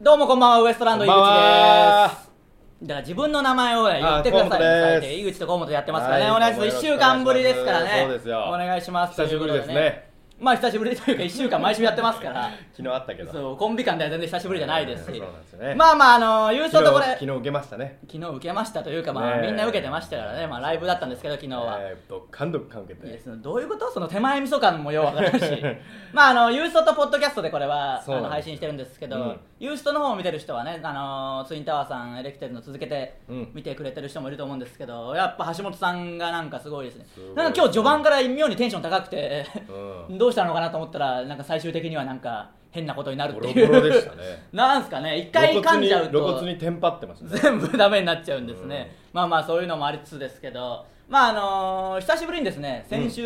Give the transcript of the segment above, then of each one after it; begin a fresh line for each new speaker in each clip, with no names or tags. どうもこんばんは、ウエストランド井口
こんばん
で
は
す。だから自分の名前を言ってくださいね最
あ河本です
低。井口と河本やってますからね。
はい
お願いします。1
どうも
週間ぶりですからね。
よろしくお願いしますそうで
お願いします。
すよ久しぶりですね
ということまあ久しぶりというか1週間毎週やってますから。
昨日あったけど
そう、コンビ間では全然久しぶりじゃないですし。
そうなんですよね
まあまあ、あの、優
昨
勝と
日
これ、
昨
昨
日受けましたね
日受けましたというか、まあ
ねえ
みんな受けてましたからね。まあライブだったんですけど、昨日は。
えードッカンドッカン受け
いや
て
そのどういうことその手前味噌感もようわから んしまああのユーストとポッドキャストでこれはあ
そうなん
の
です
配信してるんですけど、
うん
ユーストの方を見てる人はねあのツインタワーさんエレキテルの続けて
うん
見てくれてる人もいると思うんですけどやっぱ橋本さんがなんかすごいですね
すごい
なんか今日序盤から妙にテンション高くて、
う
どうしたのかなと思ったらなんか最終的にはなんか変なことになるってい
ボロ
う
ボロでしたね
なんすかね一回噛んじゃうと
露骨に露骨にテンパってましたね
全部ダメになっちゃうんですね、まあまあそういうのもありつつですけどまああのー久しぶりにですね先週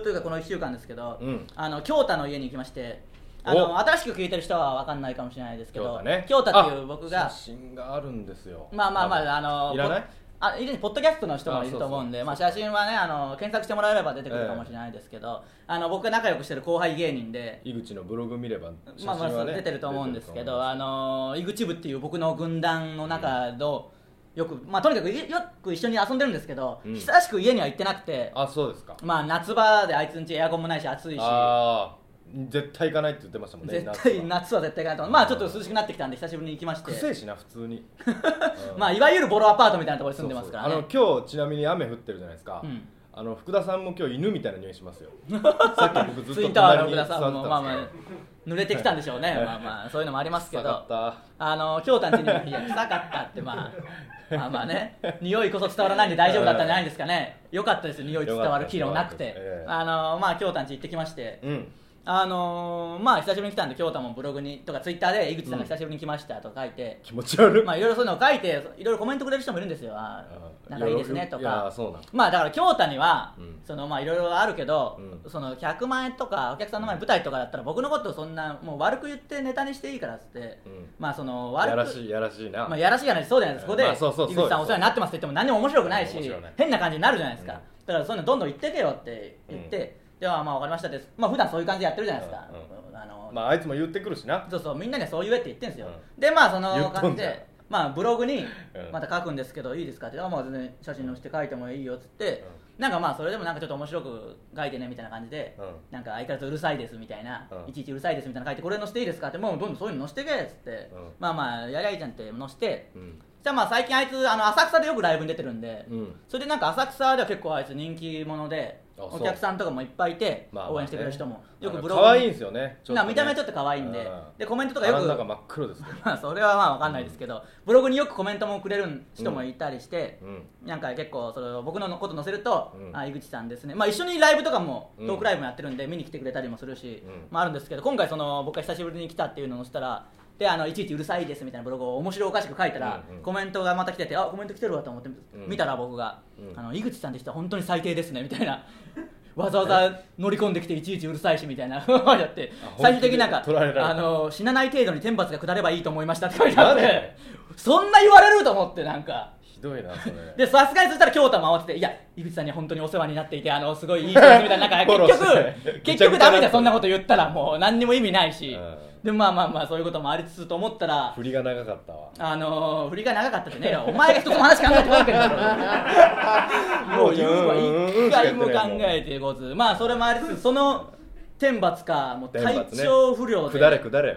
というかこの1週間ですけど、
うん
あの京太の家に行きましてあの
お
新しく聞いてる人は分かんないかもしれないですけど
京太ね
太っていう僕
あ
が
写真があるんですよ
まあまあまああのー
いらない
ポあいるポッドキャストの人もいると思うんで
あそうそう
まあ、写真はねあのー検索してもらえれば出てくるかもしれないですけど、あの僕が仲良くしてる後輩芸人で
井口のブログ見れば写真
まあまあそ
は
う
ね
出てると思うんですけど、あ
出てると思います
のー、井口部っていう僕の軍団の中の、よく、まあ、とにかくいよく一緒に遊んでるんですけど、
うん
久しく家には行ってなくて、
あそうですか
まあ、夏場であいつんちエアコンもないし暑いし、
あー絶対行かないって言ってましたもんね
絶対
夏は
夏は絶対行かないと思うまあちょっと涼しくなってきたんで久しぶりに行きまし
くせえ
て、
しな普通 に
まあ、いわゆるボロアパートみたいなところに住んでますからね
そうそうあの今日ちなみに雨降ってるじゃないですか、
うん
あの福田さんも今日犬みたいな匂いしま すよさっき僕ずっ
ツイ
と
ンタワー
隣
の
に
福田
座ってた
さんもまあま
ん
あ
です
濡れてきたんでしょうね
はい
まあまあそういうのもありますけ
けど臭
ど
かった
あの京丹ちにもいや臭かったって まあまあまあね匂いこそ伝わらないんで大丈夫だったんじゃないですかね良かったですよ匂い伝わる機能なくて
よかったですええ
あのまあ京丹ち行ってきまして
うん
あのまあ久しぶりに来たんで京丹もブログにとかツイッターで井口さんが久しぶりに来ましたとか書いて
気持ち悪い、
まあいろいろそういうのを書いていろいろコメントくれる人もいるんですよあ
うん
仲いいですねと
いや
か
そうなん
まあだから京太には、
うん
そのまあいろいろあるけど、
うん
その100万円とかお客さんの前舞台とかだったら僕のことそんなもう悪く言ってネタにしていいからっつって、
うん
まあその悪く
やらしいやらしいな、
まあ、やらしいじゃないそうじゃないですか、
まあ
そ
そう
こ
そう
で
そ
井
う
口さんお世話になってますって言っても何も面白くないし
面白くない
変な感じになるじゃないですか、
うん
だからそういうのどんどん言ってけよって言って、ではまあ分かりましたですまあ普段そういう感じでやってるじゃないですか、あの
まああいつも言ってくるしな
そうそうみんなにはそう言えって言ってんですよ、
う
でまあその
言っと
感じ
んじゃん
で、まあ、ブログに
うん
また書くんですけど、いいですかってあまあ全然写真載せて書いてもいいよっつって、なんかまあそれでもなんかちょっと面白く書いてねみたいな感じで、
うん
なんか相変わらずうるさいですみたいな、
うん
いちいちうるさいですみたいなの書いてこれ載せていいですかってもうどんどんそういうの載せてけっつって、
うん
まあまあやりゃいいじゃんって載せて
うん
じゃあまあ最近あいつあの浅草でよくライブに出てるんで、
うん
それでなんか浅草では結構あいつ人気者で
あそう
お客さんとかもいっぱいいて、
まあまあね
応援してくれる人もよくブログ
可愛い
に
んですよね
な見た目ちょっと可愛いんででコメントとかよく
なんか真っ黒ですけど
まあそれはまあわかんないですけど、ブログによくコメントもくれる人もいたりして、
うん
なんか結構その僕のこと載せると、
うん
あ井口さんですね、まあ、一緒にライブとかも
うん
トークライブもやってるんで見に来てくれたりもするし、
うん
まあ、あるんですけど今回その僕が久しぶりに来たっていうのをしたらであのいちいちうるさいですみたいなブログを面白おかしく書いたら、
うんうん
コメントがまた来ててあコメント来てるわと思って
うん
見たら僕が、
うん
あの井口さんって人は本当に最低ですねみたいな わざわざ乗り込んできていちいちうるさいしみたいな やって
あ
最終的になんか
本気で取られられた
あの死なない程度に天罰が下ればいいと思いましたって書いてあっ
なん
て
で
そんな言われると思ってなんか。
ひどいなそれ
でさすがにそしたら京太も慌てて「いや井口さんには本当にお世話になっていてあのすごいいい人です」みたいななんか
フォロー
結
して
局結局ダメ
ぐちゃぐち
だ
ゃだ
そんなこと言ったらもう何にも意味ないし、
うん
でまあまあまあそういうこともありつつと思ったら
振りが長かったわ
あのー振りが長かったってねお前が一つも話考えてこなかっ たんだろもう言うわ一回も考えてこずまあそれもありつつその天罰かもう
天
体
罰ね
調不良で、
くだれくだれおい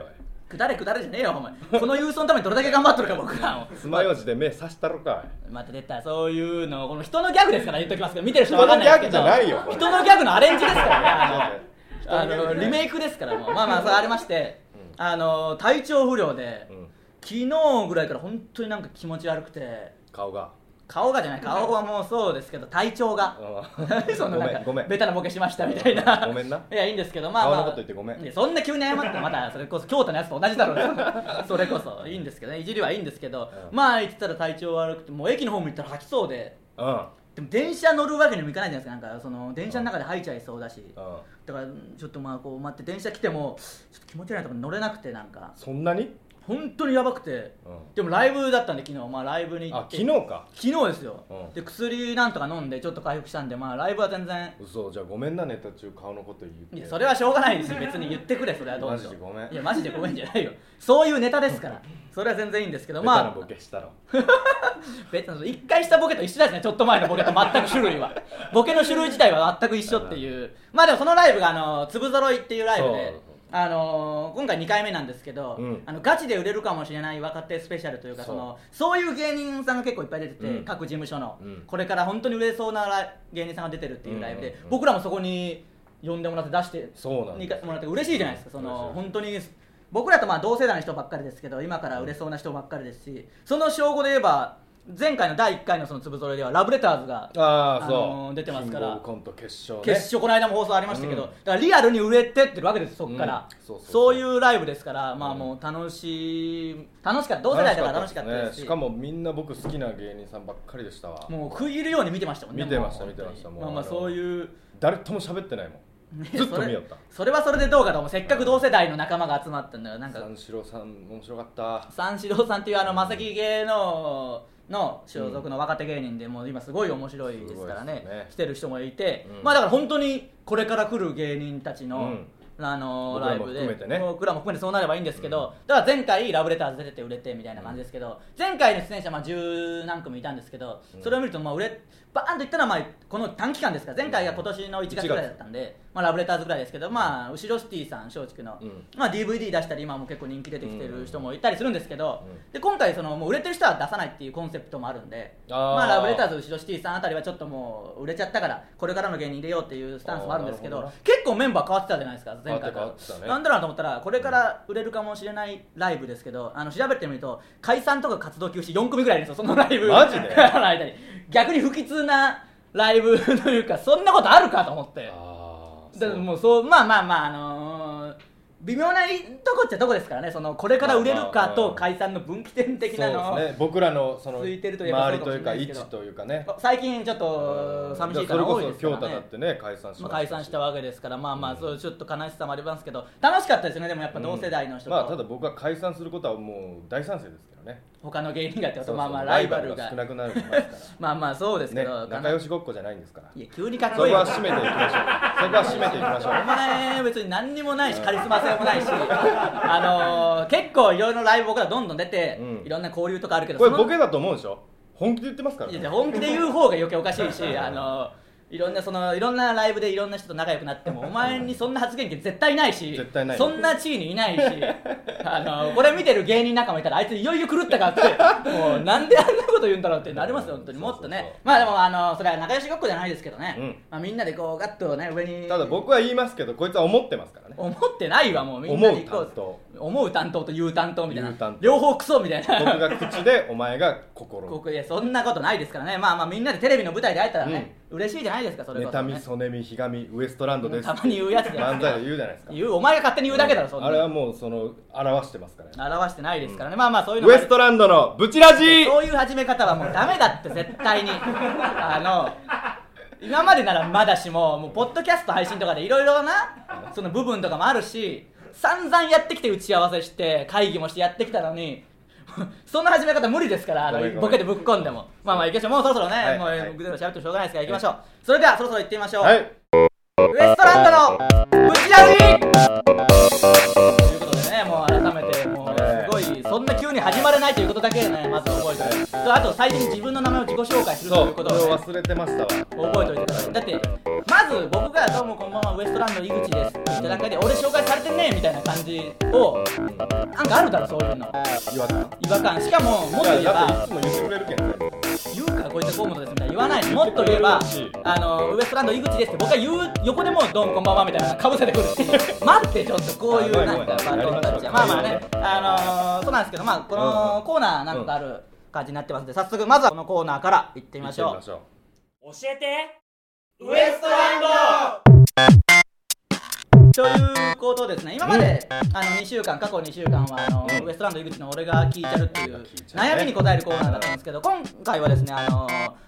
下れ下れじゃねえよお前この郵送のためにどれだけ頑張っとるか僕らを
爪楊枝で目刺したろか
また出たそういうのこの人のギャグですから言っときますけど見てる人わかんないですけど
人のギャグじゃないよこれ
人のギャグのアレンジですからねあのあ
人のギャグじゃない
のリメイクですからもうまあまあそれありまして、あの体調不良で、
うん
昨日ぐらいから本当になんか気持ち悪くて
顔が
顔がじゃない顔はもうそうですけど体調が
うん
その
ご
な
め
ん
んごめ
か
ん
ベタなボケしましたみたいな
ごめんない
やいいんですけどまあまあ
顔のこと言ってごめん
いやそんな急に謝ってまたそれこそ京都のやつと同じだろ うそれこそいいんですけどねいじりはいいんですけど、
うん
まあ言ってたら体調悪くてもう駅のホーム行ったら吐きそうで
うん
でも電車乗るわけにもいかないじゃないですかなんかその電車の中で吐いちゃいそうだし
うん
だからちょっとまあこう待って電車来てもちょっと気持ち悪いなとこ乗れなくてなんか
そんなに
本当にやばくて、
うん
でもライブだったんで昨日、まあ、ライブに行
あ
って
昨日か
昨日ですよ、
うん
で薬なんとか飲んでちょっと回復したんで、まあ、ライブは全然
嘘じゃあごめんなネタ中顔のこと言って
いやそれはしょうがないですよ別に言ってくれそれはどうぞ
マジでごめん
いやマジでごめんじゃないよそういうネタです からそれは全然いいんですけどま
ベタなボ
あ
ケしたら
別に一回したボケと一緒ですねちょっと前のボケと全く種類 はボケの種類自体は全く一緒っていうまあでもそのライブがあの粒揃いっていうライブで
そう
あのー今回2回目なんですけど、
うん
あのガチで売れるかもしれない若手スペシャルというかそ
そう
のそういう芸人さんが結構いっぱい出てて、
うん
各事務所の、
うん
これから本当に売れそうなラ芸人さんが出てるっていうライブで、
うんうんうん
僕らもそこに呼んでもらって出して
そうなん
に
です
もらって嬉しいじゃないですかその
嬉しい
本当に僕らとまあ同世代の人ばっかりですけど今から売れそうな人ばっかりですしその証拠で言えば前回の第1回のその粒ぞろいではラブレターズが
ああ
あ
そう、
のー出てますから
キングオブコント決勝ね
決勝この間も放送ありましたけど、
うん
だからリアルに売れてってるわけですそっから、
うんそうそうそう
いうライブですからまあ
うん
もう楽しい楽しかった同世代だから楽しかったですし
ねしかもみんな僕好きな芸人さんばっかりでしたわ
もう食い入るように見てましたもんね
見てました
もう
見てましたもう
まあまあそういう
誰とも喋ってないもんずっと見よった
それそれはそれでどうかと思うせっかく同世代の仲間が集まったんだからなんか
三四郎さん面白かった
三四郎さんっていうあの正木芸能の所属の若手芸人でもう今すごい面白いですからね
すごいですね
来てる人もいて、
うん
まあだから本当にこれから来る芸人たちの、
うん
あの
僕
ラ
ら
イ
も
ブで
含めてね
僕らも含めてそうなればいいんですけど、だから前回ラブレターズ出てて売れてみたいな感じですけど、前回の出演者まあ十何組いたんですけど、
うん
それを見るとまあ売れバーンといったのはまあこの短期間ですから前回が今年の1月ぐらいだったんで、まあ、ラブレターズぐらいですけどまあ後ろシティさん松竹の、
うん
まあ、DVD 出したり今も結構人気出てきてる人もいたりするんですけど、
うん
で今回そのもう売れてる人は出さないっていうコンセプトもあるんで
あー
まあ、ラブレターズ後ろシティさんあたりはちょっともう売れちゃったからこれからの芸人入れようっていうスタンスもあるんですけど
あーなるほ
結構メンバー変わってたじゃないですか前回か
変
ら
わってた変わってたね
なんだろうなと思ったらこれから売れるかもしれないライブですけどあの調べてみると解散とか活動休止4組ぐらいいるんですよそのライブ
マジで
の間に逆に不吉なライブというかそんなことあるかと思って
ああ
だからもうそうまあまあまああのー微妙なとこっちゃとこですからねそのこれから売れるかと解散の分岐点的なの
そうですね僕らのその
ついてるといえば
周りというか
そうかもしれない
位
です
置
けど
というかね
最近ちょっと寂しいか
か
らら
そ
多
れ
いで
こそ
すか
京太
ら
だっ
ね
てね解散しましたし
まあ、解散したわけですからまあまあそうちょっと悲しさもありますけど楽しかったですよねでもやっぱ同世代の人
うんまあただ
と
僕は解散することはもう大賛成ですけどね
他の芸人がってこ
そ
と
う
まあまあ
そう
ライバル
ラ
が
少なくなるますか
まあまあそうですけ
ら
ど
ね仲良しごっこじゃないんですから
いや急にかっ
そ
こいい
こ
よ
は締めていきましょうそこは締めていきましょう
お前別に何にもないしカリスマ性もないしあのー結構いろいろライブ僕らどんどん出て
うん
いろんな交流とかあるけど
これ
その
ボケだと思うでしょ本気で言ってますから
い
ね
やいや本気で言う方が余計おかしい しあのいろんなそのいろんなライブでいろんな人と仲良くなってもお前にそんな発言権絶対ないし
絶対ない
そんな地位にいない しあのこれ見てる芸人仲間いたらあいついよいよ狂ったかっ てもうなんであんなこと言うんだろうってなりますよ本当にもっと
そうそう
ね
そう
まあでもあのそれは仲良しごっこじゃないですけどね、
うん
まあ、みんなでこうガッとね上に
ただ僕は言いますけどこいつは思ってますからね
思ってないわもうみんなで行こ
思う担当
う思う担当と言う担当みたい
言
な
う担当
両方クソみたいな
僕が口でお前が心
ここいやそんなことないですからねまあまあみんなでテレビの舞台で会えたらね、嬉しいじゃないですかそれこそ、
妬
ね、
みそねみひがみウエストランドで す
たまに言うやつじゃない
漫才で言うじゃないですか
言うお前が勝手に言うだけだろそんな
あれはもうその表してますからね
表してないですからね、まあまあそういうの
ウエストランドのブチラジ
そういう始め方はもうダメだって絶対にあの今までならまだしももうポッドキャスト配信とかでいろいろなその部分とかもあるし散々やってきて打ち合わせして会議もしてやってきたのにそんな始め方無理ですからあの
ごめんごめん
ボケでぶっ込んでもまあまあいきましょうもうそろそろね、
はい
もう
はい
僕でも喋ってもしょうがないですからいきましょう、それではそろそろ行ってみましょう、
はい
ウエストランドのブチラジということでね、もう改めて、もうすごい、そんな急に始まれないということだけね、まず覚えておいて、とあと最初に自分の名前を自己紹介すると
そ
いう
う
こ
ことれ
をね、
を忘れてましたわ
覚えておいてください。だって、まず僕がどうもこんばんは、ウエストランド井口ですって言った段階で、俺紹介されてねえみたいな感じを、なんかあるだろ、そういうの。
違和感
違和感しかももっ
い
と言え
やだ
ば
っていつも言ってくれるけんね
言うからこういった河本ですみたいな言わないもっと言えばあのウエストランド井口ですって僕が言う横でもうどうもこんばんはみたいなかぶせてくるっていう待ってちょっとこういうなんかバトンタッチはまあまあねあのーそうなんですけどまあこのコーナーなんとかある感じになってますんで早速まずはこのコーナーから行ってみましょ
行ってみ
う
ましょ
教えてウエストランド
ということですね今まで、あの2週間過去2週間はあの、
うん
ウエストランド井口の俺が聞いちゃるっていう
聞いちゃうね
悩みに答えるコーナーだったんですけど今回はですねあの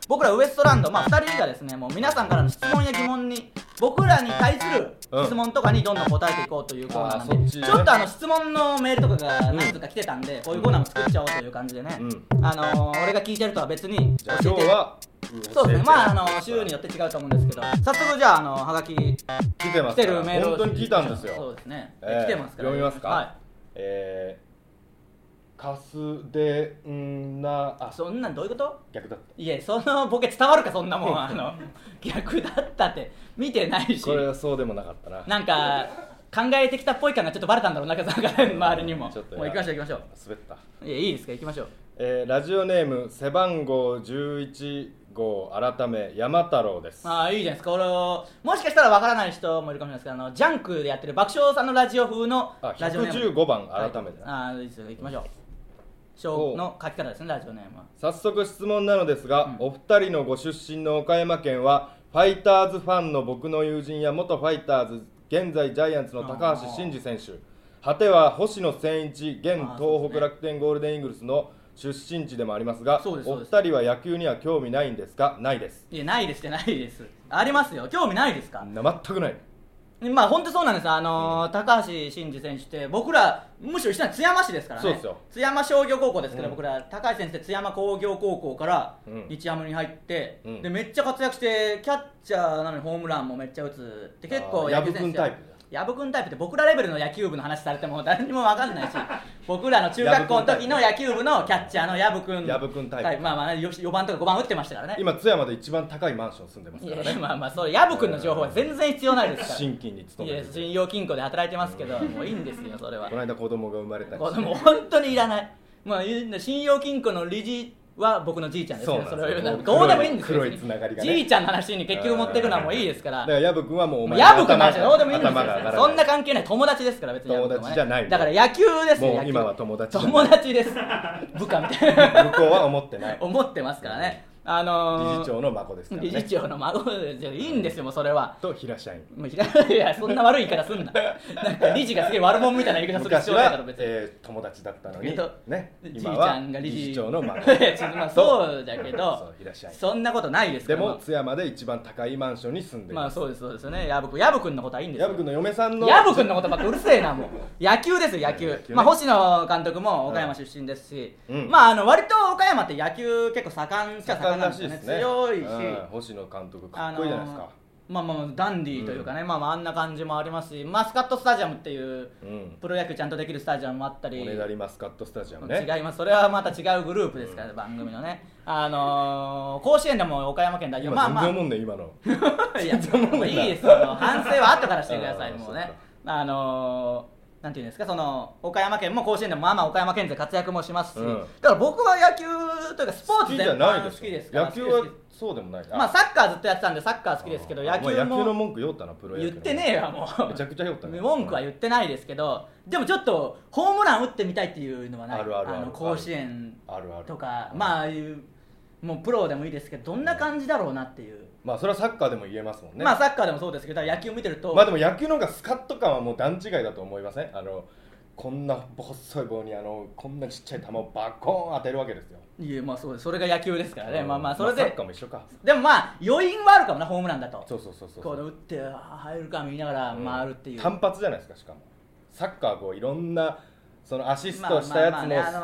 僕らウエストランド、まあ、2人がですねもう皆さんからの質問や疑問に僕らに対する質問とかにどんどん答えていこうというコーナーなんで、
うんあーそっち
ち
ね
ょっとあの質問のメールとかが何つか来てたんで、こういうコーナーも作っちゃおうという感じでね、
うん
あの俺が聞いちゃるとは別に
じゃあ
教
今
えて
日は
そうですねまああの週によって違うと思うんですけど早速じゃああのはがき
来てま
来
すか
て
ら
るメールを
本当に聞いたんですよ
そうですね、
えー
来てますから
読みますか
はい
えー、かすでんなあ
そんなんどういうこと
逆だっ
いやそのボケ伝わるかそんなも んあの逆だったって見てない
た
し
これはそうでもなかったな
なんか考えてきたっぽい感がちょっとバレたんだろうな中澤が周りにもも
ちょっと
う行きましょう行きましょ
滑った、
ういやいいですか行きましょう
えー、ラジオネーム背番号11号改め山太郎です
ああいいじゃないですか俺をもしかしたらわからない人もいるかもしれないですけどあのジャンクでやってる爆笑さんのラジオ風の
あ
ラジオネーム
115番改めてな
ああいいですよ行きましょう章の書き方ですねラジオネームは
早速質問なのですが、
うん
お二人のご出身の岡山県はファイターズファンの僕の友人や元ファイターズ現在ジャイアンツの高橋真嗣選手果ては星野千一現
あーそうです
東
ね
北楽天ゴールデンイーグルスの出身地でもありますが
そうです
お
そう
二
です
人は野球には興味ないんですかないです
いやないですってないですありますよ興味ないですか
な全くない
まあ本当そうなんですあのー高橋真嗣選手って僕らむしろ一緒に津山市ですからね
そうですよ
津山商業高校ですけど、
うん
僕ら高橋先生津山工業高校から
うん
日ハムに入って、
うん
でめっちゃ活躍してキャッチャーなのにホームランもめっちゃ打つって結構
あー
野球選手
薮君タイプだ
ヤブ君タイプって僕らレベルの野球部の話されても誰にも分か んないし僕らの中学校の時の野球部のキャッチャーのヤブ君
薮君タイプ
まあまあ4番とか5番打ってましたからね
今津山で一番高いマンション住んでます
い
から
や
ね
まあまあそうヤブ君の情報は全然必要ない ですから
新規に勤
い
め
や
て
信
る
用金庫で働いてますけど、もういいんですよ、それは。
この間子供が生まれたり
こ
して
れもう本当にいらない。まあ、言うんだ信用金庫の理事は僕のじいちゃんですから、
そ
そうれ
な
を
ん
言
ですよ
うならどうでもいいんですよ。
黒いつながりがね
じいちゃんの話に結局持ってくのはもういいですから
だか。ら薮君はもうお前
ヤブ君の話はどうでもいいんですよ
頭が上がら。い
そんな関係ない友達ですから別に。
友達
ヤブ君はね
じゃない
だから野球ですよ。
も
野
う
球
今は友達じゃない
友達です。部下みたいな。
向こうは思って ない
思ってますからね。あのー、
理事長の孫ですからね
理事長の孫じゃいいんですよもうそれは。
と平社員
もういらいやそんな悪い言い方すんななんか理事がすげえ悪者みたいな言い方する
昔
必要ないだ
は
ろ、別に、
えー友達だったの
え
に
っと、
ね、
じいち
今
ゃ
は
んが理
理
事
事長の 孫
いやちょっとまあそうだけ
そ
ど
う平社員
そんなことないですか
で
ら
も津山で一番高いマンションに住んでい
まあ、ま
ま
あ
す
そうですそうですよね矢部君矢部君のことはいいんです
矢
よ
部君の嫁さんの
矢部君のことばっかうるせえなもう野球ですよ野球
野球ね
まあ、星野監督も岡山出身ですし、
うん
まああの割と岡山って野球結構盛んしか盛
盛
ん
ん
な
ら
んです
しい
よ
で
ね
すね
強いし、
うん星野監督かっこいいじゃないですか
まあまあダンディーというかね、まあまああんな感じもありますしマスカットスタジアムっていう
うん
プロ野球ちゃんとできるスタジアムもあったり
おねだりマスカットスタジアムね
違いますそれはまた違うグループですから、番組のねあのー、甲子園でも岡山県代表まあま
今全然
あ
思んね今の
いや
思んないない
いですよ反省は後からしてください
あー
も
そうう
ね
か
あのー、なんていうんですかその岡山県も甲子園でもまあまあ岡山県勢活躍もしますし、
うん
だから僕は野球というかスポー
好
ツ
き
全
じゃない
般
で
好きです
す
から
野球は
好きです
そうでもない
まあサッカーずっとやってたんでサッカー好きですけど野
お前
球
の
も
文句言おったなプロ野球
言っ
の
てねえわもう
めちゃくちゃ酔ったね
文句は言ってないですけどでもちょっとホームラン打ってみたいっていうのはない
あるあるある
の甲子園
あるある
とか
うん
まあああいうもうプロでもいいですけどどんな感じだろうなっていう、
まあそれはサッカーでも言えますもんね
まあサッカーでもそうですけど野球見てると、
まあでも野球の方がスカッと感はもう段違いだと思いませんあのこんな細い棒にあのこんなちっちゃい球をバコーン当てるわけですよ
いやまあそうですそれが野球ですからね、
うん
まあまあそれ
サッ
で
カーも一緒か
でもまあ余韻はあるかもなホームランだと
そうそうそうそう
こう打ってあー入るか見ながら
うん
回るっていう、
単発じゃないですかしかもサッカーはこういろんなそのアシストしたや
まあまあま
つも
あねあ
なん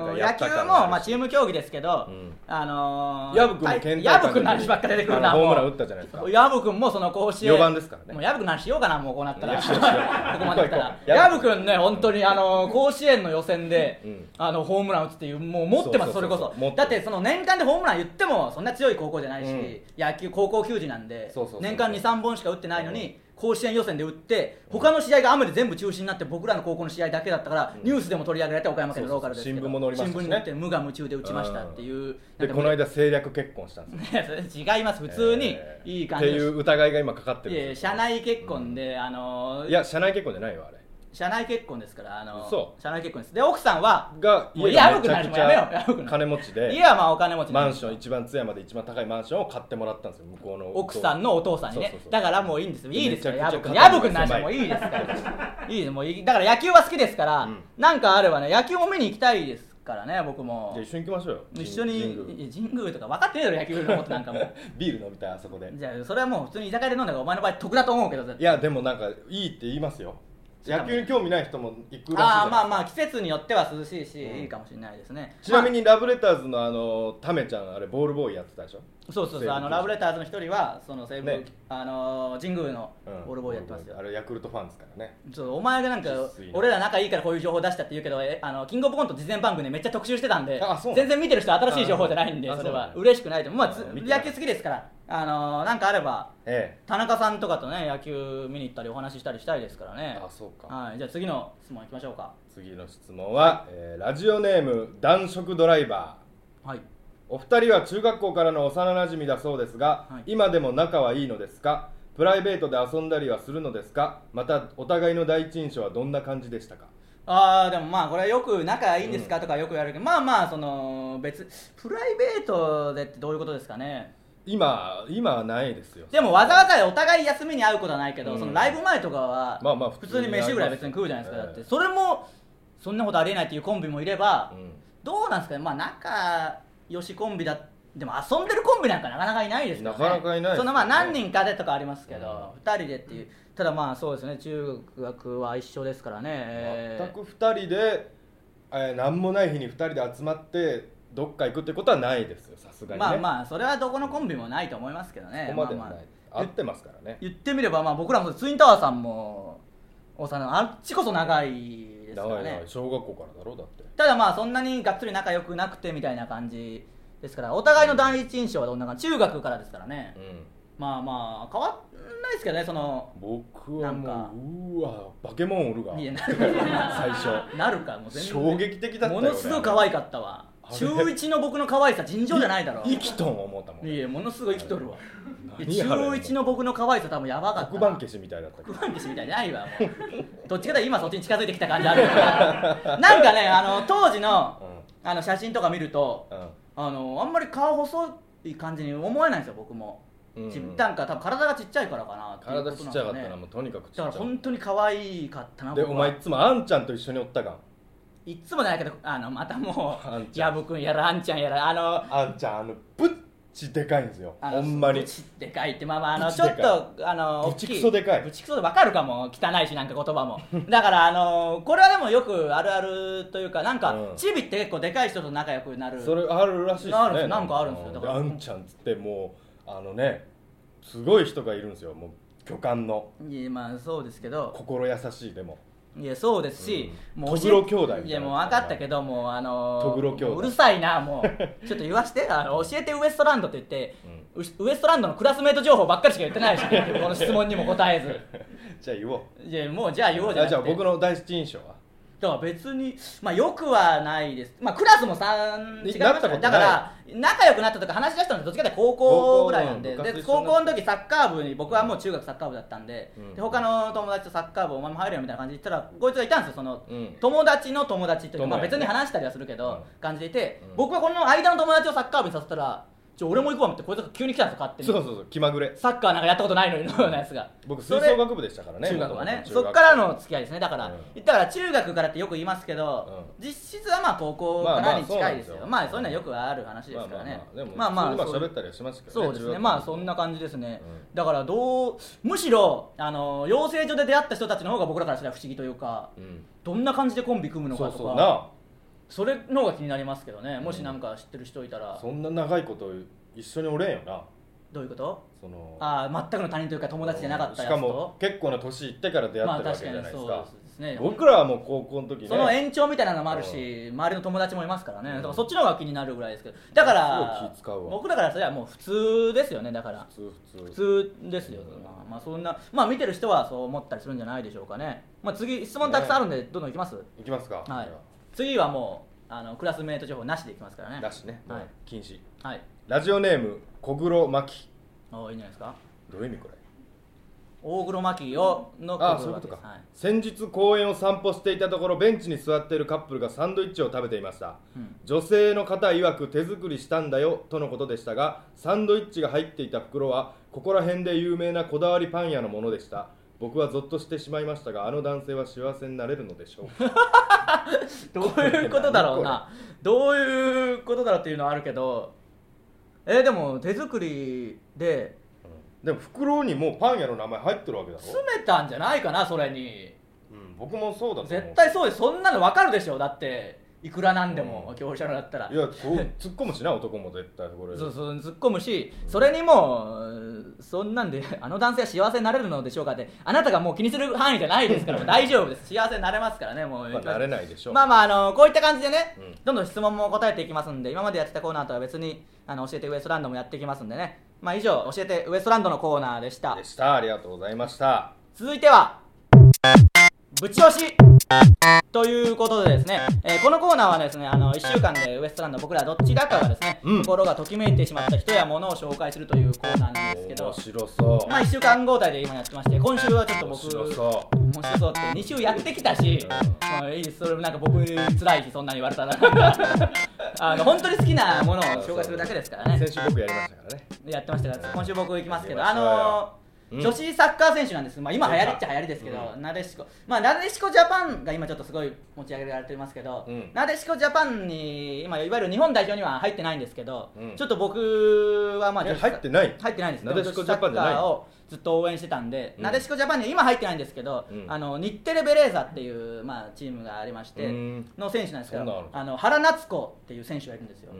の
か
ー
やった
野球
感
も
があるし
まあチーム競技ですけど、
うん
あのー
ヤブ君も県
ヤ
大
ブ君の
会
話ばっか出てくるな
あのホームラン
もう
打ったじゃないですか
ヤブ君もその甲子園
四番ですからね
もうヤブ君の話しようかなもうこうなったら
いや
こ
しようしよう
こまで来たら
行こう行こう
ヤブ君ね本当にあの甲子園の予選で、
うん
あのホームラン打つっていうもう持ってますそ
そ
れ
うそう
こ
そうそ
そ
う持って
だ
る
ってその年間でホームラン言ってもそんな強い高校じゃないし、
うん
野球高校球児なんで
そうそうそう
年間23本しか打ってないのに、
うん
甲子園予選で打って他の試合が雨で全部中止になって僕らの高校の試合だけだったから、
うん
ニュースでも取り上げられて岡山県のローカルですけど
そうそう新聞も載りましたしね
新聞に載って無我夢中で打ちましたっていう
でこの間政略結婚したんですよ
いやそれ違います普通に
えー
いい感じ
って
で
い
す
う疑いが今かかってる
い
ん
や
ですよ
社内結婚で、あのー
いや社内結婚じゃないよあれ
社内結婚ですからあの
そ
社内結婚ですで奥さんは
が
もう
家が
やろうく
めち
な
ゃ
る
く
もう
ち
やめようや
ゃ
ろうくなる
金持ち
家
で
はまあお金持ち
マンション
ン
一番津山で一番高いマンションを買ってもらったんですよ向こうの
奥さんのお父さんにね
そうそうそう
だからもういいんですよいいですよ
めち
や
ゃくち
ぶ
ゃ
くん
肩
や
の
ぶくんの話は
狭い
もういいですからいいですもういいだから野球は好きですから、
うん
なんかあればね野球も見に行きたいですからね僕も
じゃあ一緒に行きましょうよ
一緒
神宮
に神宮とか分かってねえだろ野球のことなんかも う
ビール飲みたいあそこで
じゃあそれはもう普通に居酒屋で飲んだからお前の場合得だと思うけど
いやでもなんかいいって言いますよ
ちょっと
野球に興味ない人も行くらしいじゃ
ああ
な
ま
い
あまあ季節によっては涼しいし、
うん
いいかもしれないですね
ちなみにラブレターズのあのタメちゃんあれボールボーイやってたでしょ
そうそうそうあのラブレターズの一人はその西武、
ね
あのー神宮の
うん
オールボーイやってますよ、
あれヤクルトファンですからね
そうお前がなんか
きついな
俺ら仲いいからこういう情報出したって言うけどえあのキングオブコント事前番組でめっちゃ特集してたんで
あそうなの
全然見てる人は新しい情報じゃないんで
あ
それは
そうなの
嬉しくないと思う、まあ、ず
あ見てない
野球好きですからあのーなんかあれば
え
田中さんとかとね野球見に行ったりお話ししたりしたいですからね
あそうか
はい、じゃあ次の質問いきましょうか
え次の質問は、えーラジオネーム男色ドライバー
はい
お二人は中学校からの幼なじみだそうですが、
はい
今でも仲はいいのですかプライベートで遊んだりはするのですかまたお互いの第一印象はどんな感じでしたか
あーでもまあこれよく仲いいんですかとかよく言われるけど、まあまあその別プライベートでってどういうことですかね
今今はないですよ
でもわざわざお互い休みに会うことはないけど、
うん
そのライブ前とかは、
まあまあ
普
普
通
通
に
に
飯ぐらい別に食うじゃないですか、だってそれもそんなことありえないっていうコンビもいれば、
うん
どうなんですかねまあ仲良しコンビだでも遊んでるコンビなんかなかなかいないですからね
なかなかいないですよね
そのまあ何人かでとかありますけど、二2人でっていうただまあそうですね中学は一緒ですからね、えー
全く2人で、えー何もない日に2人で集まってどっか行くってことはないですよさすがにね
まあまあそれはどこのコンビもないと思いますけどね
そこまでは
まあ
ない、
まあ
合ってますからね
言ってみればまあ僕らもそうツインタワーさんも幼いあっちこそ長いですか
長
ら
い
ね
長い小学校からだろうだって
ただまあそんなにがっつり仲良くなくてみたいな感じですからお互いの第一印象はどんな感じ中学からですからね、
う
まあまあ変わんないですけどねその
ん僕
な
は
んか
もううわバケモンおるが
いやな
最初
なるかもう全然
衝撃的だったよ
ものすごい可愛かったわ
あれ
中1の僕の可愛さ尋常じゃないだろ
生きとん思ったもん
いやものすごい生きとるわいや
何や
中
あれ
1の僕の可愛さ多分やばかった
黒板消しみたいだったけど
黒板消しみたいにないわもう どっちかというと今そっちに近づいてきた感じあ るからなんかねあの当時のあの写真とか見ると
うんうん
あのあんまり顔細い感じに思えないんですよ僕も、
うんうん
ちなんか多分体がちっちゃいからかなっていうこと
体ち
な
っ
ん
ち
で
ゃ
す
か
よ
った
ね
なもうとにかくちっち
だ
ゃ
から本当に可愛かったな
で
僕
お
は
前いつもあんちゃんと一緒におったが
いつもじゃないけどあのまたも
あん
う
ちゃ
や
ん
ぶくんやらあんちゃんやらあの
あんちゃんあのぶっちでかいんですよ
あ
ほ
の
んまに
ブチでかいってまあまああの
ブ
ち
チで
ょ
か
っ
い
とあの
ブチクソでかい
ぶちくそでわかるかも汚いしなんか言葉もだからあのこれはでもよくあるあるというかなんか、
うん
チビって結構でかい人と仲良くなる
それあるらしいです
あるんです
ね
よなんかあるんですよだから
あんちゃんっつってもうあのねすごい人がいるんですよもう巨漢の
いやまあそうですけど
心優しいでも
いやそうですし、
うん
もうおし
トグロ兄弟みたいない
やもう分かったけどもうあのー
トグロ兄弟
もううるさいなも うちょっと言わしてあの教えてウエストランドって言って、うしウエストランドのクラスメート情報ばっかりしか言ってないしこの質問にも答えず
じゃあ言おう
いやもうじゃあ言おうじゃ
あ
なくて
じゃあ僕の第一印象は
だから別にまあよくはないですまあクラスも3違いました
なっ
た
こ
ね
と
だから仲良くなったとか話し出したのってどっちかっていうと高校ぐらいなんで
高校
で
高校
高
の
校の時サッカー部に僕はもう中学サッカー部だったんで,、
うん
で他の友達とサッカー部お前も入るよみたいな感じで言ったらこいつがいたんですよその、
うん
友達の友達というか、
友達
まあ、別に話したりはするけど、
うん
感じでいて、
うん
僕はこの間の友達をサッカー部にさせたらちょ俺も行くわってこいつが急に来たんですよ勝手に
そうそうそう気まぐれ
サッカーなんかやったことないのに のようなやつが
僕
それ
吹奏楽部でしたからね
中学はね
元
そ
々
っからの付き合いですねだから、
うん
言ったら中学からってよく言いますけど、実質はまあ高校からに近いですよ
ま
ま
あま
あ
あ
そ
そう
いう
うなんですよ
のはよくある話ですからね
まあまあまあでも普通
そう
にまあ喋ったりはしますけど
そうですねまあそんな感じですね、
う
だからどうむしろあの養成所で出会った人たちの方が僕らからしたら不思議というか
うん
どんな感じでコンビ組むの
そ
か
う
と
そう
か
な
それの方が気になりますけどねもしなんか知ってる人いたら、
そんな長いこと一緒におれんよな
どういうこと
その
ああ全くの他人というか友達じゃなかった
し
やつと
かも結構な年いってから出会
まあ
ってるわ
確
け
か
じゃ
に
ないです
そ
か
うですね
僕らはもう高校の時ね
その延長みたいなのもあるし、周りの友達もいますからね、だからそっちの方が気になるぐらいですけど、だから
すごい気使うわ
僕らからそれはもう普通ですよね、だから、
普通普
普
通
通ですよ、まあ、まあそんな、まあ見てる人はそう思ったりするんじゃないでしょうかね、まあ、次、質問たくさんあるんで、どんどんいきます、
いきますか
はい、次はもうあの、クラスメート情報なしでいきますからね、
だしね、
はい、
禁止
はい、
ラジオネーム小黒摩季
おいいんじゃないですか、
どういう意味これ
大黒摩季をの
ああ
来
そう
る
いう
わ
こ
け
と
で
か
す、 はい
先日公園を散歩していたところベンチに座っているカップルがサンドイッチを食べていました、
うん
女性の方曰く手作りしたんだよとのことでしたがサンドイッチが入っていた袋はここら辺で有名なこだわりパン屋のものでした僕はゾッとしてしまいましたがあの男性は幸せになれるのでしょうか
どういうことだろうなどういうことだろうっていうのはあるけどえーでも手作りで
でも袋にもうパン屋の名前入ってるわけだろ、
詰めたんじゃないかなそれに
うん、僕もそうだと思う
絶対そうですそんなの分かるでしょだっていくらなんでも、
うん
業者のだったら
いやそう突っ込むしな男も絶対これ
そうそう突っ込むしそれにもうそんなんであの男性は幸せになれるのでしょうかってあなたがもう気にする範囲じゃないですから 大丈夫です幸せになれますからねもう、
まあ慣れないでしょう
まあまああのこういった感じでね、
うん
どんどん質問も答えていきますんで今までやってたコーナーとは別にあの教えてウエストランドもやっていきますんでねまあ以上教えてウエストランドのコーナーでした
でしたありがとうございました
続いてはぶち押しということでですね、えーこのコーナーはですねあの1週間でウエストランド僕らどっちだかがですね、
うん
心がときめいてしまった人や物を紹介するというコーナーなんですけど
面白そう
まあ1週間交代で今やってまして今週はちょっと
面
僕
白そ
面白そうって2週やってきたし、まあいいですそれもなんか僕辛いしそんなに言われたら あの本当に好きなものを紹介するだけですから
う
ね
先週僕やりましたからね
やってましたから今週僕行きますけど
行き
あ
ましょうよ
のー
うん
女子サッカー選手なんです、まあ、今流行りっちゃ流行りですけど、
う
なでしこ、まあ、なでしこジャパンが今ちょっとすごい持ち上げられてますけど、
うん
なでしこジャパンに今いわゆる日本代表には入ってないんですけど、
うん
ちょっと僕はまあ
え
女子サッ
入ってない
入ってないんですけど
なでしこジャパンじゃない
女子サッカーをずっと応援してたんで、
うん
なでしこジャパンには今入ってないんですけど、
うん
あの日テレベレーザっていう、まあ、チームがありまして
うん
の選手なんですけ
そんなのあ
ど
る
あの原夏子っていう選手がいるんですよ、
う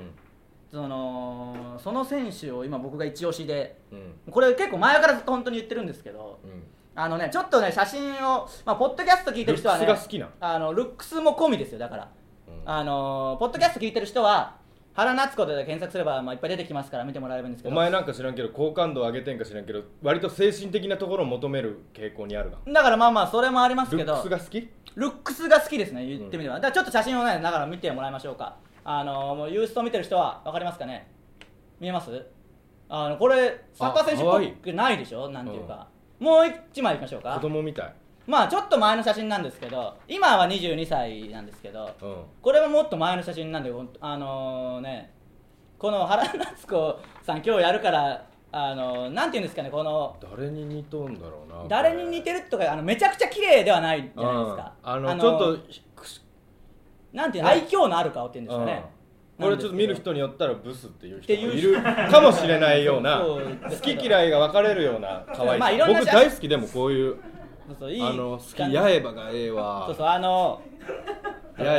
そのその選手を今僕が一押しで
んうん
これ結構前からずっと本当に言ってるんですけど
うん
あのねちょっとね写真を、まあ、ポッドキャスト聞いてる人はね
ルックスが好きな
あのルックスも込みですよだから、
うん
あのポッドキャスト聞いてる人は原夏子で検索すれば、まあ、いっぱい出てきますから見てもらえるんですけ
お
ど
前なんか知らんけど好感度上げてんか知らんけど割と精神的なところを求める傾向にあるが
だからまあまあそれもあります
ル
け
ック
ど
スが好き
ルックスが好きですね言ってみれば、だからちょっと写真をねだから見てもらいましょうかあのもうユースト見てる人は分かりますかね見えますあのこれサッカー選手っぽくないでしょなんていうか、もう一枚いきましょう
子
か
供みたい
まあちょっと前の写真なんですけど今は22歳なんですけど
うん
これはもっと前の写真なんでほんとあのねこの原夏子さん今日やるからあのなんていうんですかねこの
誰に似とんだろうな
誰に似てるとかあのめちゃくちゃ綺麗ではないじゃないですか、
うんあのちょっとひくし
なんていう
ね
愛嬌のある顔っていうんですかね、
うんこれちょっと見る人によったらブスっていう人も
って
い
いう
るかもしれないような
そうそう
好き嫌いが分かれるような可愛
まあいろ
さ
んな
僕大好きでもこういう
そうそういい
あの好
感
き
じ
八重歯がええわ
そうそうあの
八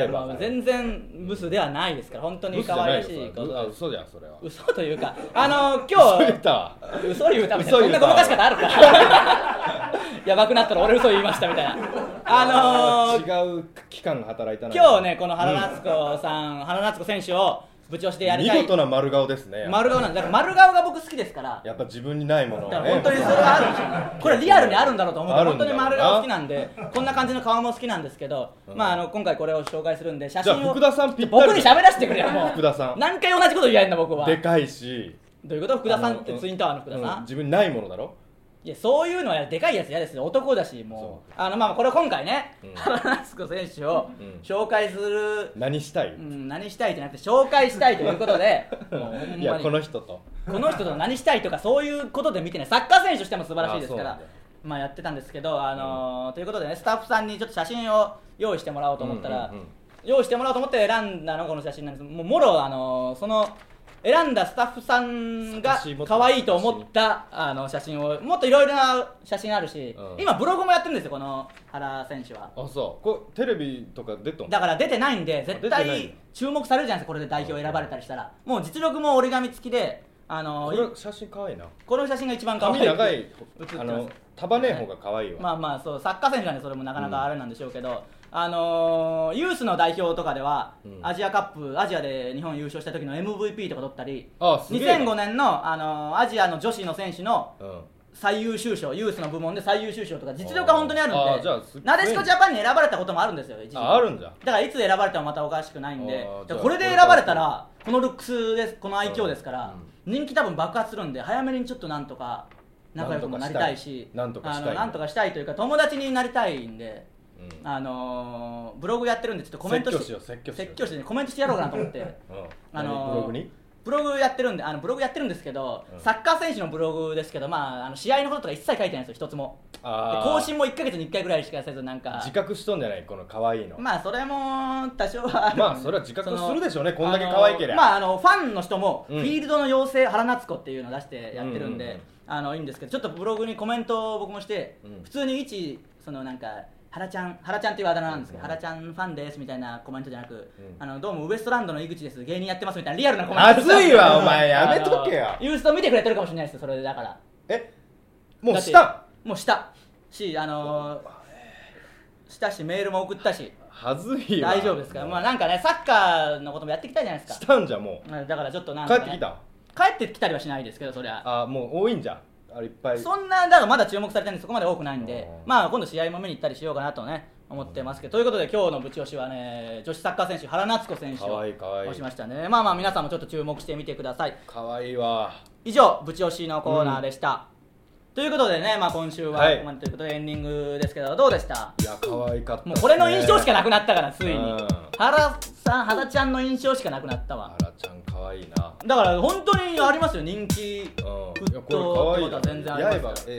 重歯
まあ全然ブスではないですから本当に
嘘じ
可
ゃな
愛
い
らしい
よ
こ
それ
と
あ
です
嘘じゃんそれは
嘘というかあの
嘘
今
言ったわ
日嘘言うたみたいなそ
嘘
ん
言
な
うた
ごまかし方あるか やばくなったら俺嘘言いましたみたいなあ のー、
違う期間が働いたな
今日ねこの原夏子さん、原夏子選手をぶち押しでやりたい
見事な丸顔ですね
丸顔なんですだから丸顔が僕好きですから
やっぱ自分にないものを
だか
ね
ら本当にそれはあるんですよねこれリアルにあるんだろうと思うけ
あ
ど
る
本
ん
当
だ
に
ろうな
丸顔好きなんでこんな感じの顔も好きなんですけど、
うん
まああの今回これを紹介するんで写
じゃ
真を
あ福田さんぴった
僕
り
に喋らせてくれよもう
福田さん
何回同じこと言えんだ僕は
でかいし
どういうこと福田さんっ
あ
て
の
ツインタワーの福田さ
うん
ん、
自分にないものだろ
いやそういうのはでかいやつ嫌ですよ男だしもうあのまあこれ今回ね
うん
原夏子選手を
うん
紹介する、
何したい
うん、何したいじゃなくて紹介したいということ でもうほんまに
いやこの人と
この人と何したいとかそういうことで見てねサッカー選手としても素晴らしいですか
あ
ら
そうなんだ
まあやってたんですけど、あのーということでねスタッフさんにちょっと写真を用意してもらおうと思ったら、
うんうんうん
用意してもらおうと思って選んだのがこの写真なんですもうもろ、あのーその選んだスタッフさんが
探し求め
可愛いと思ったあの写真をもっといろいろな写真あるし、
うん
今ブログもやってるんですよこの原選手は
あそうこれテレビとか出とん
だから出てないんで絶
出てないん
対
だ
注目されるじゃないですかこれで代表選ばれたりしたらもう実力も折り紙付きで、あの
こ
ー
れ写真可愛いな
この写真が一番可愛い
髪長い
写ってます
あの束ねえ方が可愛いわ、
まあまあそうサッカー選手なんでそれもなかなかあれなんでしょうけど、あのーユースの代表とかでは、
うん
アジアカップアジアで日本優勝した時の MVP とか取ったり
ああすげえ
2005年の、あのーアジアの女子の選手の
うん
最優秀賞ユースの部門で最優秀賞とか実力が本当にあるんで
ああじゃあす
なでしこジャパンに選ばれたこともあるんですよ一時期
ああるんだ
だからいつ選ばれてもまたおかしくないんで
あー
だから
じゃあ
これで選ばれたらこのルックスですこの愛嬌ですから
うん
人気多分爆発するんで早めにちょっとなんとか仲良くもなりたいし
なんとかしたい
あのなんとかしたいというか友達になりたいんで、あのーブログやってるんでちょっとコメント
説教しよう説教しよう
説教してコメントしてやろうかなと思 って。あのー
ブログに
ブログやってるんであのブログやってるんですけど、
うん
サッカー選手のブログですけど、まあ、あの試合のこととか一切書いてないんですよ一つもで
あー
更新も1か月に1回ぐらいしかせずなんか
自覚しとんじゃないこの可愛いの、
まあそれも多少は
まあそれは自覚するでしょうね
その
こんだけ可愛けり
あ
ゃ
のまああのファンの人も、
うん
フィールドの妖精原夏子っていうのを出してやってるんで、
うんうんうん
あのいいんですけどちょっとブログにコメントを僕もして、
うん
普通に一そのなんか原ちゃん原ちゃんっていうあだ名なんですけど、
うんうん
原ちゃんファンですみたいなコメントじゃなく、
ん
あのどうもウエストランドの井口です芸人やってますみたいなリアルなコメント
まずい わお前やめとけよ
あのユースト見てくれてるかもしれないですよそれでだから
えもうし
だ
た
ってもうしたしあのーしたしメールも送ったし
はずいわ
大丈夫ですから、まあなんかねサッカーのこともやってきたじゃないです
し
か
たんじゃも
うんだからちょっとな
うん帰
か、
っ
ね、
てきた
帰ってきたりはしないですけどそりゃ
あもう多いんじゃあれいっぱい
そんなだからまだ注目されてるんでそこまで多くないんで
うん
まあ今度試合も見に行ったりしようかなとね思ってますけどということで今日のぶち押しはね女子サッカー選手原夏子選手
か
を
わいいかわいい
押しましたねまあまあ皆さんもちょっと注目してみてください
可愛いわ
以上ぶち押しのコーナーでした、ということでね、まあ、今週は
はい
ここまでということでエンディングですけどどうでした
いや可愛かったっすね
もうこれの印象しかなくなったからついに
うん
原さん原ちゃんの印象しかなくなったわ
あらちゃん可愛いな
だから本当にありますよ人気
うんいや
沸騰
これ
って
可愛
こ
い
と
な
は全然あり
刃
ますよ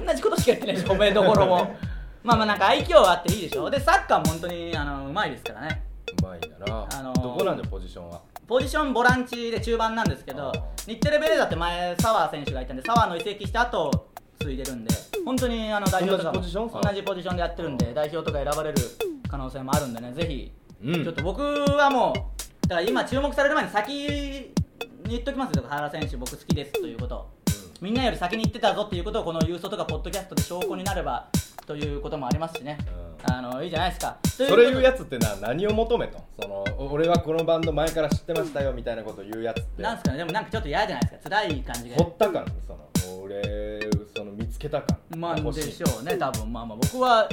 え
同じことしか言ってないでしょおめどころもまあまあなんか愛嬌はあっていいでしょでサッカーも本当にあのうまいですからね
えなうまいんだな、
あのー
どこなんだよポジションは
ポジションボランチで中盤なんですけ
あ
ど
ー
日テレベレーザって前澤選手がいたんで澤の移籍した後継いでるんで本当にあの代表とかも
同じポジション
同じポジションでやってるんで代表とか選ばれる可能性もあるんでねぜひ
うん
ちょっと僕はもうだから今注目される前に先に言っときますよ原選手僕好きですということをみんなより先に言ってたぞっていうことをこの郵送とかポッドキャストで証拠になればということもありますしね、あのいいじゃないですかという
それ言うや
つ
つってのは何を求めとそのお俺はこのバンド前から知ってましたよみたいなこと言うやつって
なんすかねでもなんかちょっと嫌じゃないですか辛い感じが
掘った感その俺その見つけた感
まあ
欲
で
しい
しょうね多分まあまあ僕は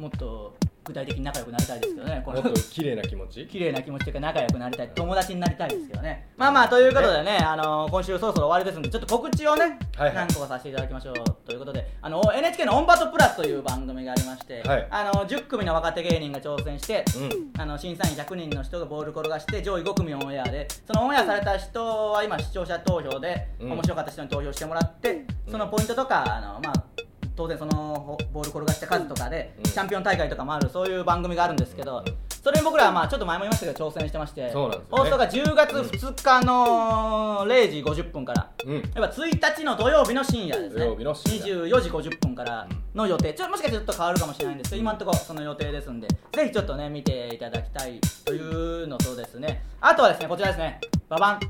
もっと具体的に仲良くなりたいですけどねこ
もっ
の
と綺麗な気持ち
綺麗な気持ちというか仲良くなりたい友達になりたいですけどねまあまあということでね、あの今週そろそろ終わりですんでちょっと告知をね、
はいはい
何個かさせていただきましょうということであの NHK の「オンバトプラス」という番組がありまして、
はい
あの10組の若手芸人が挑戦して、
うん
あの審査員100人の人がボール転がして上位5組オンエアでそのオンエアされた人は今視聴者投票で、
うん
面白かった人に投票してもらってそのポイントとかあの、まあ、当然そのボール転がした数とかで、
うん
チャンピオン大会とかもあるそういう番組があるんですけど、
うん
それに僕らはまあちょっと前も言いましたけど挑戦してまして
そうなんですよね
放送が10月2日の0時50分から。
うん
やっぱ1日の土曜日の深夜ですね
土曜日の深
24時50分からの予定ちょもしかしてちょっと変わるかもしれないんですけど今のところその予定ですんでぜひちょっとね見ていただきたいというのとですねあとはですねこちらですねババン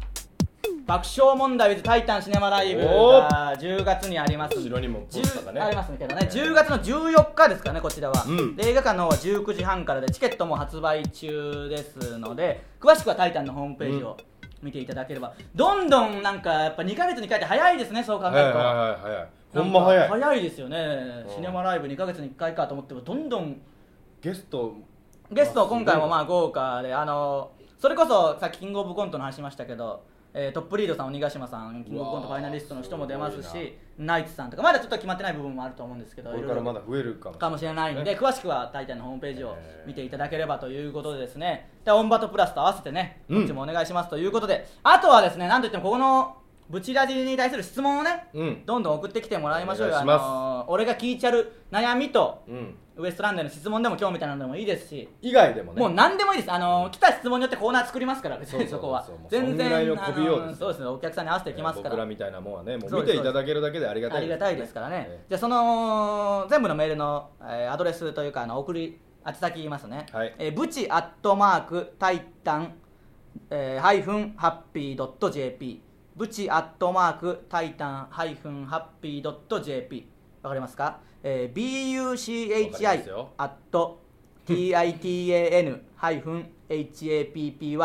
爆笑問題 with タイタンシネマライブが10月にあります
後ろにもポスターがね
10ありますけどね10月の14日ですからねこちらは、
うん
で映画館の方は19時半からでチケットも発売中ですので詳しくは「タイタン」のホームページを見ていただければ、どんどんなんかやっぱ2ヶ月に1回って早いですねそう考え
は
る
い
と、
はいはいはいほんま早い
なんか早いですよね
うん
シネマライブ2ヶ月に1回かと思ってもどんどん
ゲスト
ゲスト今回もまあ豪華であのそれこそさっきキングオブコントの話しましたけど、えートップリードさん鬼ヶ島さんキングオブコント
う
フ
わ
ァ
ー
イナリストの人も出ます
すごい
しナイツさんとかまだちょっと決まってない部分もあると思うんですけど
こ
い
れか
ろい
ら
ろ
まだ増えるかも
かもしれないんで、
ね
詳しくは「タイタン」のホームページを見ていただければということでですねでオンバトプラスと合わせてね
うん
こっちもお願いしますということで、あとはですねなんといってもここのブチラジに対する質問をね、
うん
どんどん送ってきてもらいましょうよ
お願いします
あのー俺が聞いちゃる悩みと
うん
ウエストランドへの質問でも今日みたいなのでもいいですし
以外でもね
もう何でもいいです、あのー来た質問によってコーナー作りますから、別
そうそ
に
うそう
そこは
そうもう。
全
そんぐらい
然、
の
あ
媚びようです
のーそうですね、お客さんに合わせていきますか
僕ら
ら。
みたいなもんはねも
そう
う見
です
ていただけるだけでありがた
あ
い
りがたいですからね
え。え
じゃあ、その、全部のメールの、えーアドレスというか、あの、送り、宛先言いますね。
はい
えーブチアットマーク、タイタン、えーハイフン、ハッピードット JP。ブチアットマーク、タイタン、ハイフン、ハッピードット JP。わかりますか、えー、
わかります
?BUCHI
よ
アット titan-happy.jp ちょっ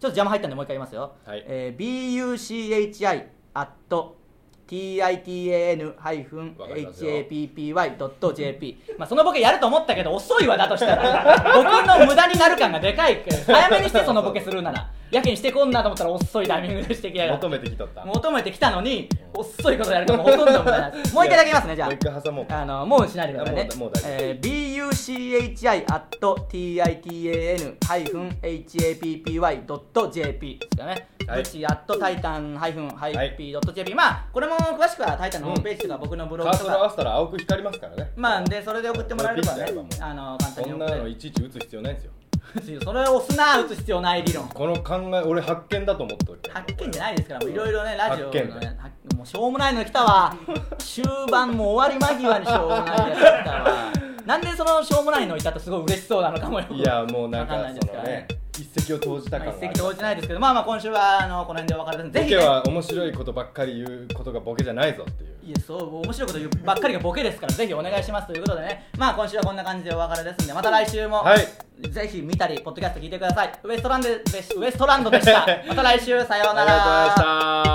と邪魔入ったんでもう一回言いますよ、
はい
えー buchi アット titan-happy.jp まあそのボケやると思 ったけど遅いわだとしたら僕の無駄になる感がでかいけど早めにしてそのボケするならやけにしてこんなと思ったら遅いタイミングでしてきやがって
求めてきとった
求めてきたのに遅いことやるともうほとんどもないもう一回だけ言いますねじゃ
も
あ
う一回挟もう
あのもうしないでくださいね
あもうもう大丈夫
えー、bucuchi.titan-happy.jp ですかね、
はい
ブチ .titan-happy.jp まあこれも詳しくはタイタンのホームページとか僕のブロ
カ
グ
ー
と
ソル合わ
か、
せたら青く光りますからね
まあでそれで送ってもらえればね
これピッチ
あの簡単
そ
に
ん
送
なの
っ
いちいち打つ必要ないんですよ
てそれを押すな打つ必要ない理論
この考え俺発見だと思っとる
発見じゃないですから、もういろいろね、ラジオの
発見
ね、発見もうしょうもないの来たわ、終盤もう終わり間際にしょうもないやつ来たわ、なんでそのしょうもないのいたとすごい嬉しそうなのかもよ、
いやもうなん
わかんな
か
いです
そ
から
の
ね
ね一石を投じた
まあ
感
一
があ
石
る
投じないですけど、まあまあ今週はあのこの辺でお別れです、ぜ
ボ
ひ、
ケ
ね、
は面白いことばっかり言うことがボケじゃないぞっていう
いやそう面白いこと言うばっかりがボケですから、ぜひお願いしますということでね、まあ今週はこんな感じでお別れですんで、また来週も、
はい
ぜひ見た り、ポッドキャスト聞いてください。ウエストランドでしウエストランドでした。また来週、さようなら。
ありがとうございました